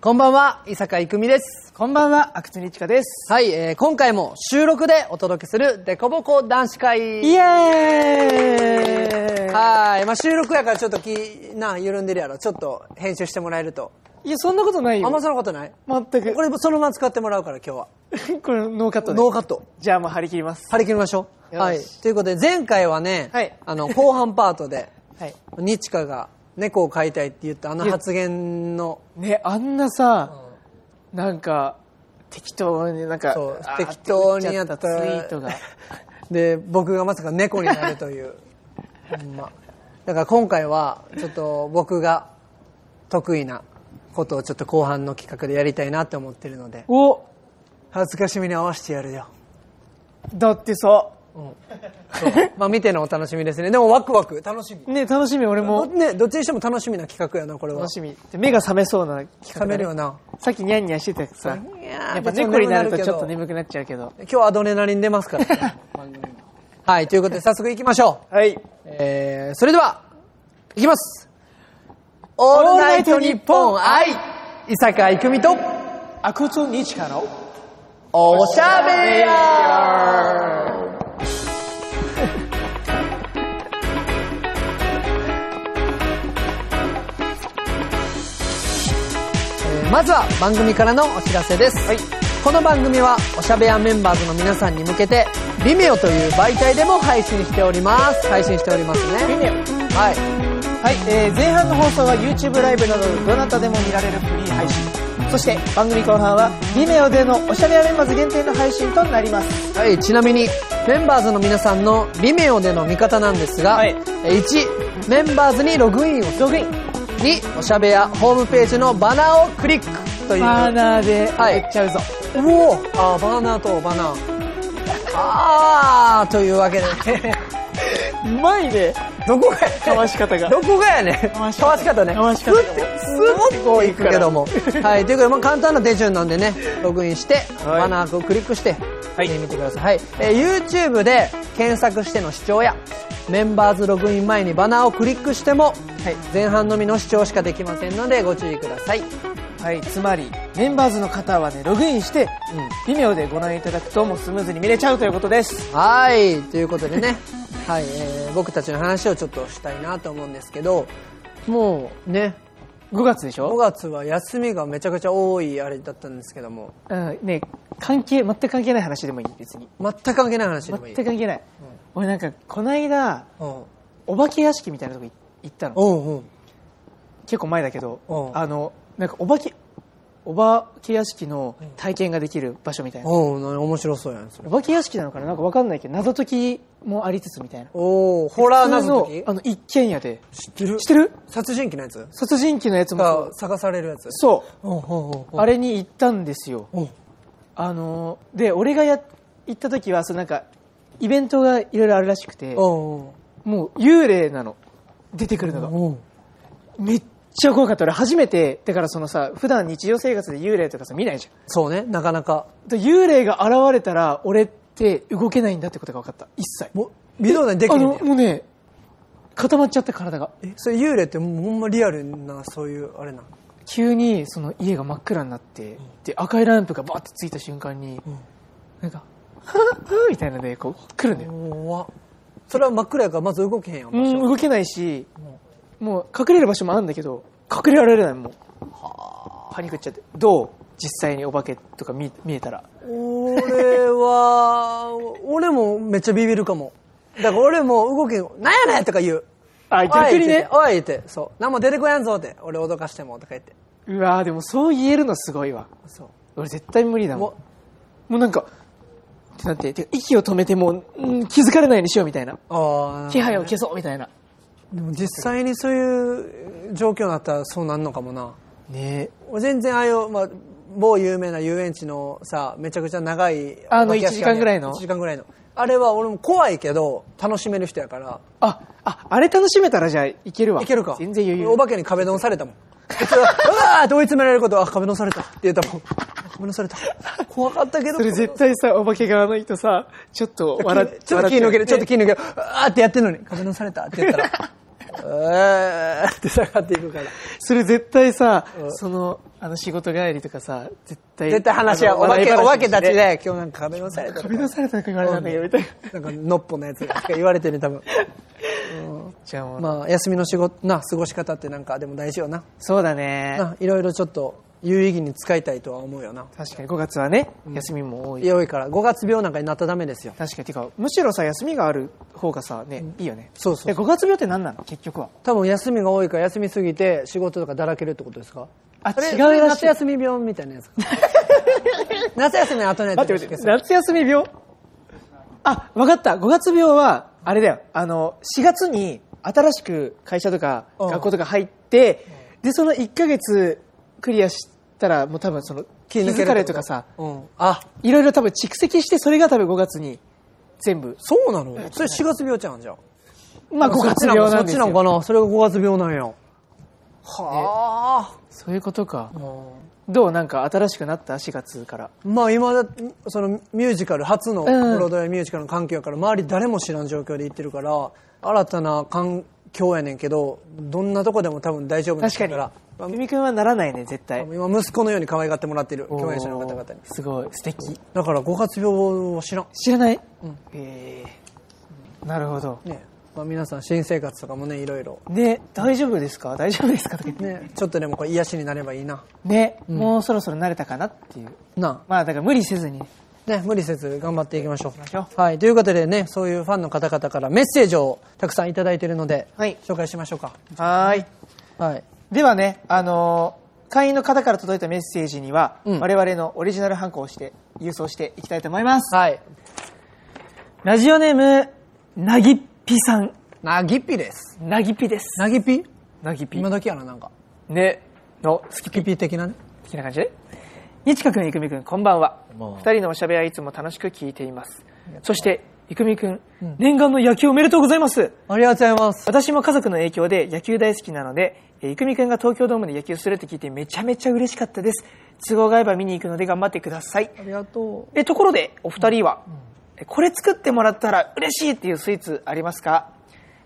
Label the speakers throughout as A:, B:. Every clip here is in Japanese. A: こんばんは、伊坂郁美です。
B: こんばんは、阿久津にちかです。
A: はい、えー今回も収録でお届けするデコボコ男子会。
B: イエー
A: はい、まあ収録やからちょっとき、な、緩んでるやろ。ちょっと編集してもらえると。
B: イいや、そんなことない
A: あんま
B: よ。
A: そのことない
B: 全く。
A: これそのまま使ってもらうから今日は。
B: これ、ノーカットで
A: ノ。ーカット。
B: じゃあもう張り切ります。
A: 張り切りましょう。
B: よし
A: はい。ということで前回はね、
B: はい
A: あの、後半パートで、
B: はい。
A: ニチカが猫を飼いたいって言ったあの発言の、
B: ね、あんなさ、なんか、適当になんか
A: そう、
B: あー
A: 適当にやった
B: って言ちゃったツイー トが。
A: で僕がまさか猫になるというほんまだから今回はちょっと僕が得意なことをちょっと後半の企画でやりたいなって思ってるので
B: お
A: 恥ずかしみに合わせてやるよ、
B: だってさ、
A: うん、 そうまあ見てのお楽しみですねでもワクワク楽しみ
B: ね、楽しみ、俺
A: ど,、
B: も。
A: ね、どっちにしても楽しみな企画やなこれは
B: 楽しみ。目が覚めそうな企
A: 冷
B: 画だね
A: めるよな
B: さっきニャンニャンしてたけどさ、
A: いやー
B: やっぱ猫になるとちょっと眠くなっちゃうけど。
A: 今日アドレナリン出ますか ら、ね、番組もはいということで早速行きましょう
B: はい。
A: えー、それでは、いきますオールナイトニッポン愛伊坂郁美と、
B: 阿久津にちかの
A: おしゃべりや えーまずは番組からのお知らせです、
B: はい
A: この番組はおしゃべやメンバーズの皆さんに向けて Vimeo という媒体でも配信しております配信しておりますねはい
B: はい、えー前半の放送は YouTube ライブなどどなたでも見られるフリー配信そして番組後半は Vimeo でのおしゃれやメンバーズ限定の配信となります
A: はい、ちなみにメンバーズの皆さんの Vimeo での見方なんですが、
B: はい
A: え1メンバーズにログインを
B: ログイン
A: 2おしゃべやホームページのバナーをクリックという
B: ナーで
A: はい
B: 行っちゃうぞ、
A: おおあーバナーとバナーあーとい うわけで
B: うまいね
A: どこがや
B: かわし方が
A: どこがやね
B: かわし方
A: かわし方ね
B: かわし方が
A: ふってすごくこういくけどもはいということで、まあ、簡単な手順なんでねログインして、
B: はい
A: バナーをクリックして、
B: はい
A: えー見てください、はいえー YouTube で検索しての視聴やメンバーズログイン前にバナーをクリックしても、
B: はい
A: 前半のみの視聴しかできませんのでご注意ください
B: はいつまりメンバーズの方はねログインして、Vimeo でご覧いただくともうスムーズに見れちゃうということです
A: はいということでね、 はいえー僕たちの話をちょっとしたいなと思うんですけどもうね
B: 5月でし
A: 5
B: ょ、
A: 月は休みがめちゃくちゃ多いあれだったんですけども
B: うん、ね関係全く関係ない話でもいい別に
A: 全く関係ない話で
B: 全
A: もいい、
B: く関係ない、俺なんかこの間
A: うん、
B: お化け屋敷みたいなとこ行ったの
A: うんうん
B: 結構前だけど、
A: うん
B: あのなんかお化けお化け屋敷の体験ができる場所みたいな、
A: うんな面白そうやんそれ
B: お化け屋敷なのかななんかわかんないけど謎解きもありつつみたいな
A: おおホラー
B: 普
A: 謎解
B: 通
A: き
B: のあの一軒家で
A: 知ってる
B: 知ってる
A: 殺人鬼のやつ
B: 殺人鬼のやつも
A: が探されるやつ
B: そうそう
A: うんうんうんうん
B: あれに行ったんですよ
A: うん
B: あので俺がや行った時はそのなんかイベントがいろいろあるらしくて
A: うん
B: もう幽霊なの出てくるのが
A: うん
B: めっちゃ怖かった俺初めてだからそのさ普段日常生活で幽霊とかさ見ないじゃん
A: そうねなかなか
B: で幽霊が現れたら俺って動けないんだってことが分かった一切
A: もう微動だにでき
B: あ
A: る
B: の
A: ん
B: もうね固まっちゃって体が
A: えそれ幽霊ってもうほんまリアルなそういうあれな
B: 急にその家が真っ暗になって、で赤いランプがバーってついた瞬間に、
A: ん
B: なんか「はぁはぁみたいなのでこう来るんだよ、
A: 怖っそれは真っ暗やからまず動けへんやん
B: うん動けないし、もう隠れる場所もあるんだけど隠れられないもんパニックっちゃってどう実際にお化けとか見見えたら
A: 俺は俺もめっちゃビビるかもだから俺も動けん「なんやねん!」とか言う
B: あ逆にね
A: おいっておいってそう何も出てこやんぞって俺脅かしてもとか言って
B: うわーでもそう言えるのすごいわ
A: そ
B: 俺絶対無理だ
A: う
B: もん
A: も
B: もうなんか、ってなって、てか息を止めてもう、うん気づかれないようにしようみたいな。
A: ああ
B: 気配を消そうみたいな。
A: でも実際にそういう状況になったらそうなんのかもな
B: ねえ。
A: 俺全然ああいう、まあ、某有名な遊園地のさめちゃくちゃ長い
B: あの
A: 脇屋敷あ
B: 一時間
A: るやん
B: ぐらいの
A: 一時間ぐらいのあれは俺も怖いけど楽しめる人やから
B: あ、あ、あれ楽しめたらじゃあいけるわ。
A: いけるか
B: 全然余裕。
A: お化けに壁ドンされたもん うわーって追い詰められることあ壁ドンされたって言ったもん壁ドンされた怖かったけど
B: それ絶対さ、お化け側の人さ、ちょっと笑っ
A: ちょっと気抜ける、ちょっと気抜ける、あーってやってんのに、確認されたって言ったら、えーって下がっていくから。
B: それ絶対さ
A: う、ん
B: その、あの仕事帰りとかさ、絶対。
A: 絶対話
B: あ
A: は、
B: の
A: お化け、お化けたち。
B: 笑い話
A: で、今日なんか壁のされたと
B: 飛
A: か
B: び出されたとか言われたんだけど、みたいな。
A: なんか、のっぽのやつが言われてる、多分。
B: じゃあもう、
A: まあ、休みの仕事、な、過ごし方ってなんか、でも大事よな。
B: そうだね。
A: ないろいろちょっと、有意義に使いたいとは思うよな。
B: 確かに5月はね、休みも多い。
A: 良いから、5月病なんかになったらダメですよ。
B: 確かに。てか、むしろさ、休みがある方がさ、ね、いいよね。
A: そうそう
B: え、5月病って何なの結局は。
A: 多分、休みが多いから、休みすぎて、仕事とかだらけるってことですか
B: あ、
A: それ
B: 違
A: それ
B: うらしい。
A: 夏休み病みたい なやつか。夏休みの後のやつ
B: 待って待って、夏休み病あ、わかった。5月病は、あれだよ。あの、4月に新しく会社とか
A: うん
B: 学校とか入って、で、その1ヶ月クリアしたら、もう多分その、気づかれとかさ、
A: うん。あ、
B: いろいろ多分蓄積して、それが多分5月に全部。
A: そうなのそれ4月病ちゃうんじゃん。
B: まあ5月
A: そっち
B: 病
A: の
B: なんです
A: そっちの
B: よ。
A: かなそれが5月病なんや。は
B: そういうことか
A: あ。。
B: どうなんか新しくなった4月から。
A: まあ今だ、そのミュージカル、初のブ
B: うん
A: ロードウェイミュージカルの環境やから、周り誰も知らん状況で行ってるから、新たな環境やねんけど、どんなとこでも多分大丈夫な ん
B: 確か
A: だか
B: に
A: ら、。
B: ふみくんはならないね、絶対。
A: 今息子のように可愛がってもらってる、共演者の方々に
B: おー。すごい、素敵。
A: だから5月病は知らん。
B: 知らない、えーなるほど
A: ねまあ、皆さん新生活とかもねいろいろ
B: ね大丈夫ですか大丈夫ですかとか言 って
A: ねちょっとでもこう癒しになればいいな
B: ね、もうそろそろ慣れたかなっていう
A: な
B: まあだから無理せずに
A: あね無理せず頑張っていきましょ
B: ましょ
A: うはいということでねそういうファンの方々からメッセージをたくさん頂いただいてるので、
B: はい
A: 紹介しましょうか
B: はーい
A: はい
B: ではねあのー会員の方から届いたメッセージには、
A: うん
B: 我々のオリジナルハンコをして郵送していきたいと思います
A: はい
B: ラジオネームなぎっぴさん
A: なぎぴです
B: なぎっぴです
A: なぎぴ
B: なぎっぴ
A: 今時やななんか
B: ねの
A: スキピ的なね
B: 的な感じで。にちかくん、いくみくん、こんばんは。
A: ばんは
B: 二人のおしゃべりはいつも楽しく聞いています。そして、いくみくん、念願の野球おめでとうございます。
A: ありがとうございます
B: 私も家族の影響で野球大好きなので、えーいくみくんが東京ドームで野球するって聞いてめちゃめちゃ嬉しかったです。都合が合えば見に行くので頑張ってください。
A: ありがと
B: え、ところで、お二人は、えこれ作ってもらったら嬉しいっていうスイーツありますか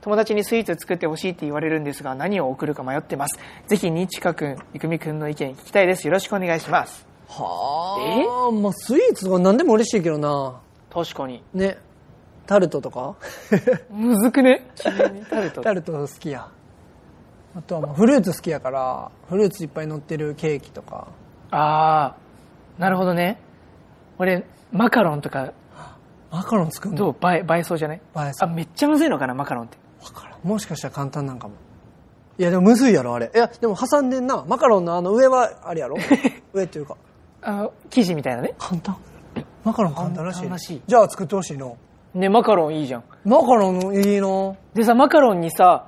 B: 友達にスイーツ作ってほしいって言われるんですが、何を送るか迷ってます。ぜひ、にちかくん、いくみくんの意見聞きたいです。よろしくお願いします。
A: うはあまあスイーツとか何でも嬉しいけどな
B: 確かに。
A: ねタルトと か
B: むずくねタルト。
A: タルト好きやあとはまあフルーツ好きやからフルーツいっぱい乗ってるケーキとか
B: あー、なるほどね。俺、マカロンとか、
A: マカロン作るの
B: どう映え、映えそうじゃない
A: 映えそ
B: あ、
A: う
B: めっちゃむずいのかな、マカロンって。
A: わからんもしかしたら簡単なんかもいやでもむずいやろあれいやでも挟んでんなマカロンのあの上はあれや ろ上っていうか
B: あ、生地みたいなね。
A: 簡単マカロン簡単らしい,、
B: 簡単らしい
A: じゃあ作ってほしいの
B: ね、マカロンいいじゃん。
A: マカロンいいの
B: でさマカロンにさ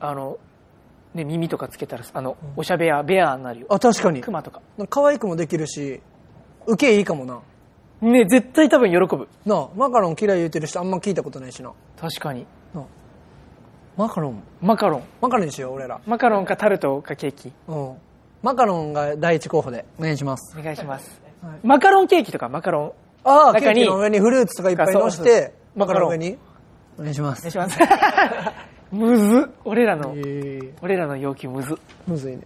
B: あの、ね、耳とかつけたらさあの、おしゃべやベアになるよ
A: あ確かに
B: クマとか
A: なんか可愛くもできるし受けいいかもな
B: ね絶対多分喜ぶ
A: なあマカロン嫌い言うてる人あんま聞いたことないしな
B: 確かに
A: なあマカロン
B: マカロン
A: マカロンにしよう俺ら
B: マカロンかタルトかケーキ
A: うんマカロンが第一候補でお願いします
B: お願いし ます、
A: はい
B: マカロンケーキとかマカロンお
A: ああケ
B: 中
A: ー
B: に
A: キの上にフルーツとかいっぱい乗し
B: そうそうそう
A: て
B: マ
A: マ
B: カ
A: カ
B: ロン
A: ロン上にお願いします
B: 願いします むず俺らの
A: えー
B: 俺らの要求むず
A: むずいね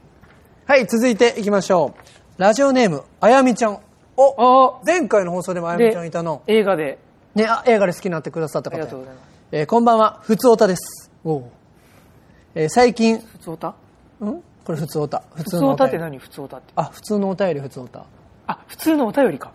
A: はい続いていきましょうラジオネームあやみちゃんお
B: あ
A: 前回の放送でもあやみちゃんいたの
B: 映画で
A: ねあ映画で好きになってくださった
B: あ
A: 方
B: りがとうございます
A: えーこんばんはふつおたですおえー最近ん
B: 普通歌
A: これふつおた普
B: 普通歌って
A: 便り
B: 何普通歌って
A: あ普通のお便りふつおた
B: あ普通のお便りか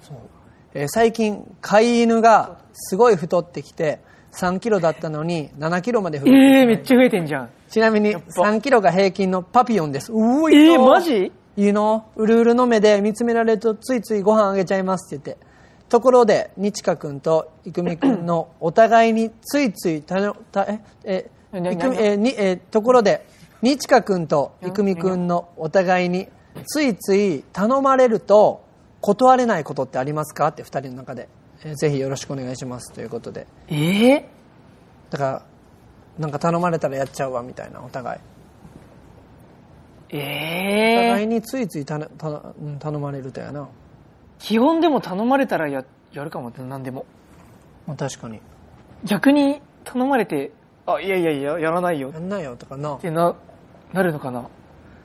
A: えー最近飼い犬がすごい太ってきて3キロだったのに7キロまで増え
B: ええー、めっちゃ増えてんじゃん
A: ちなみに
B: ぱ
A: 3キロが平均のパピヨンです。うお
B: ええー、マジ
A: いいのうるうるの目で見つめられるとついついご飯あげちゃいますって言って。ところで、にちかくんといくみくんのお互いについついたの、た、え、え、
B: な
A: えいくみ
B: な
A: え、に、え、ところで、にちかくんといくみくんのお互いについつい頼まれると断れないことってありますかって二人の中で、えーぜひよろしくお願いしますということで。
B: ええ
A: だから、なんか頼まれたらやっちゃうわみたいな、お互い。
B: え
A: お
B: え
A: 互いについついたなたなうん頼まれるとやな、ま
B: 基本でも頼まれたらややるかも何でも
A: あ、確かに
B: 逆に頼まれてあ、いやいやいや、やらないよ
A: やんないよとかな
B: っ。てな、なるのかな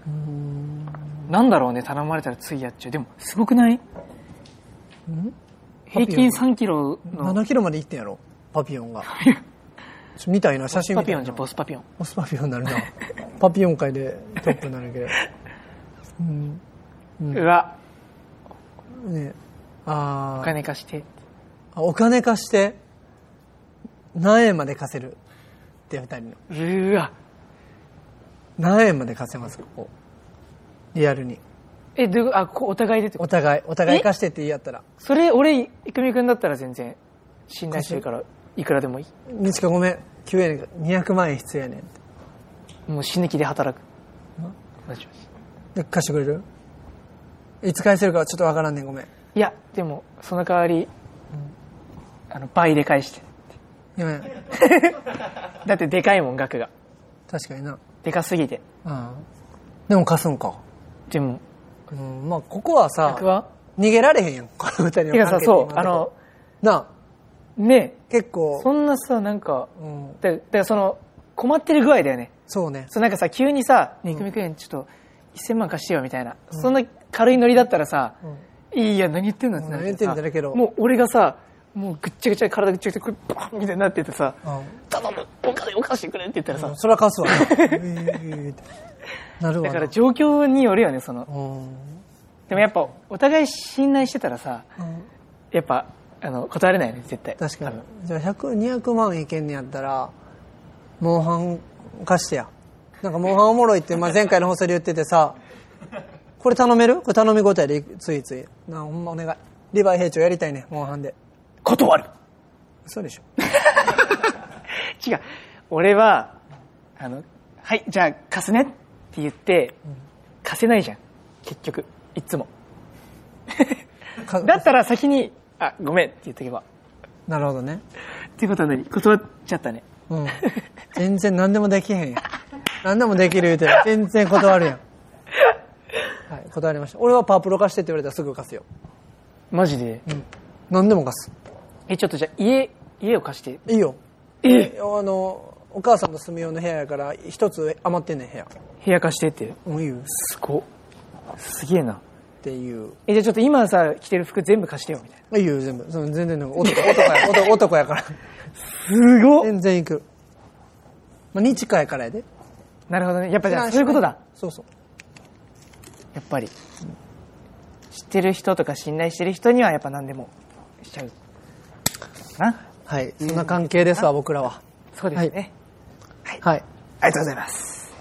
A: うん。
B: なんだろうね、頼まれたらついやっちゃう。でも、すごくない平均3キロの、
A: 7キロまで行ってんやろパピ ヨンが。ちょ見たいな、写真
B: パ
A: 見た
B: ピ
A: い
B: ヨ
A: な。
B: ンじゃんボスパピヨン。
A: ボスパピヨンにな るな。パピヨン界でトップになるけど。うん。うん
B: うわ、
A: ねあ
B: お
A: ー
B: 金貸して。
A: あ。お金貸して、何円まで貸せるって二人の。
B: うわ。
A: 何円まで貸せますここ。リアルに。
B: え、どういうあ、こお互いでってこ
A: お
B: と
A: 互い、お互い
B: え
A: 貸してって言い合ったら。
B: それ、俺、いくみくんだったら全然、信頼してるから、いくらでもいい。
A: みちかごめん。9円が200万円必要やねんって。
B: もう死ぬ気で働く。
A: な
B: マジマジ
A: で貸してくれるいつ返せるかはちょっとわからんねんごめん
B: いや、でも、その代わり、あの、倍で返して。
A: いやいや
B: だってでかいもん、額が。
A: 確かにな
B: でかすぎて。
A: うんでも貸すんか
B: でも、
A: うんまあここはさ
B: 額は
A: 逃げられへんやんこの二人
B: てか
A: は
B: さ、そう、あの、
A: なあ
B: ね
A: 結構
B: そんなさ、なんか、
A: うん
B: だだからその、困ってる具合だよね。
A: そうね
B: そう、なんかさ、急にさ、ねくみくん、ちょっと、1000万貸してよ、みたいな。そんな軽いノリだったらさ、
A: うん
B: いや、何言ってんのってな
A: 何言ってんだけど
B: もう俺がさ、もうぐっちゃぐちゃで体ぐっちゃぐちゃでこれバーンみたいになっててさ、
A: う
B: 頼む、お金を貸してくれって言ったらさ
A: ん、それは 貸すわういーってなるわ
B: だ
A: な
B: から状況によるよね、その。
A: うん
B: でもやっぱ、お互い信頼してたらさ、
A: うん
B: やっぱ、あの、断れないよね、絶対。
A: 確かに
B: 多分
A: じゃあ100200万いけんねやったらモンハン貸してやなんかモンハンおもろいって、 まあ、前回の放送で言っててさこれ頼めるこれ頼み応えでついついなあほんまお願いリヴァイ兵長やりたいねモンハンで
B: 断る
A: そうでしょ
B: 違う。俺は、あの、はい、じゃあ貸すねって言って、貸せないじゃん。結局、いっつも。
A: か
B: だったら先に、あ、ごめんって言っとけば。
A: なるほどね
B: ってことは何断っちゃったね。
A: うん全然何でもできへんやん何でもできる言うてる全然断るやんはい断りました俺はパワープロ貸してって言われたらすぐ貸すよ、
B: マジで
A: うん、何でも貸す
B: え、ちょっとじゃあ家、家を貸して。
A: いいよ
B: え
A: あのお母さんの住む用の部屋やから一つ余ってんねん部屋
B: 部屋貸してって。
A: うんいいよっ
B: すご。すげえな。
A: ていう
B: え、じゃあちょっと今さ、着てる服全部貸してよ、みたいな。
A: いいよ全部その全然でも男男や男男やから
B: すご
A: 全然行く、まあ、日華やからやで
B: なるほどね。やっぱじゃあそういうことだ。
A: そうそう
B: やっぱり。知ってる人とか信頼してる人にはやっぱ何でもしちゃう。な
A: はいそんな関係ですわ僕らは
B: そうですね。
A: はい
B: ありがとうございます。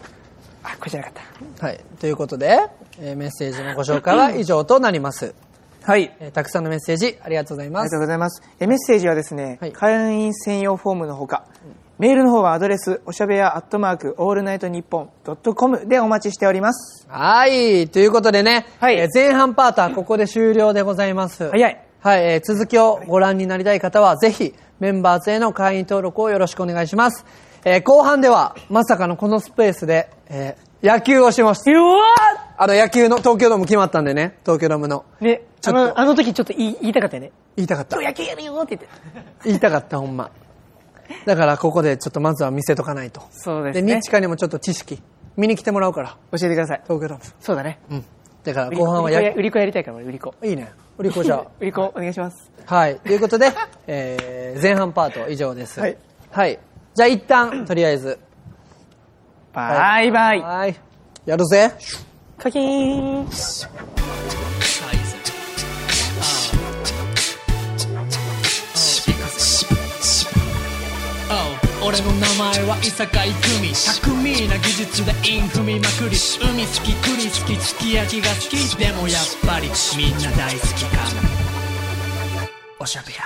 B: あ、これじゃなかっ
A: はいということで、えーメッセージのご紹介は以上となります、
B: た。はい。
A: えーたくさんのメッセージありがとうござい
B: あ
A: ま
B: りがとう
A: す
B: ございます。えメッセージはですね、
A: はい
B: 会員専用フォームのほか、メールの方はアドレス、おしゃべやアットマーク、オールナイトニッポンドットコムでお待ちしております。
A: はいということでね、
B: はい
A: えー前半パートはここで終了でございます
B: 早い。
A: はい、えー続きをご覧になりたい方は、ぜひ、メンバーズへの会員登録をよろしくお願いします。えー後半では、まさかのこのスペースで、えー野球をしました。
B: うわ
A: あの、野球の、東京ドーム決まったんでね、東京ドームの。
B: ね、
A: ちょっと
B: あの、あの時ちょっと言い言いたかったよね。
A: 言いたかった
B: 今。日野球やるよって言って。
A: 言いたかった、ほんま。だから、ここでちょっとまずは見せとかないと。
B: そうで
A: で、
B: すね。
A: 日華にもちょっと知識、見に来てもらうから、
B: 教えてください。
A: 東京ドー
B: そうだね。
A: ム。うん。だから、
B: 売り子
A: 後半は
B: 売り
A: 野
B: 子や売り子やりたいから、俺売り子。
A: いいね。売り子じゃあ。
B: 売り子、お願いします。
A: はい。ということで、えー前半パート以上です。
B: はい。
A: はい。じゃあ一旦、とりあえず。
B: バイバイ。
A: はい。やるぜ。
B: カキーン。
C: Oh, 俺の名前は伊坂郁美巧みな技術でイン踏みまくり海好き栗好きすき焼きが好きでもやっぱりみんな大好きかもおしゃべり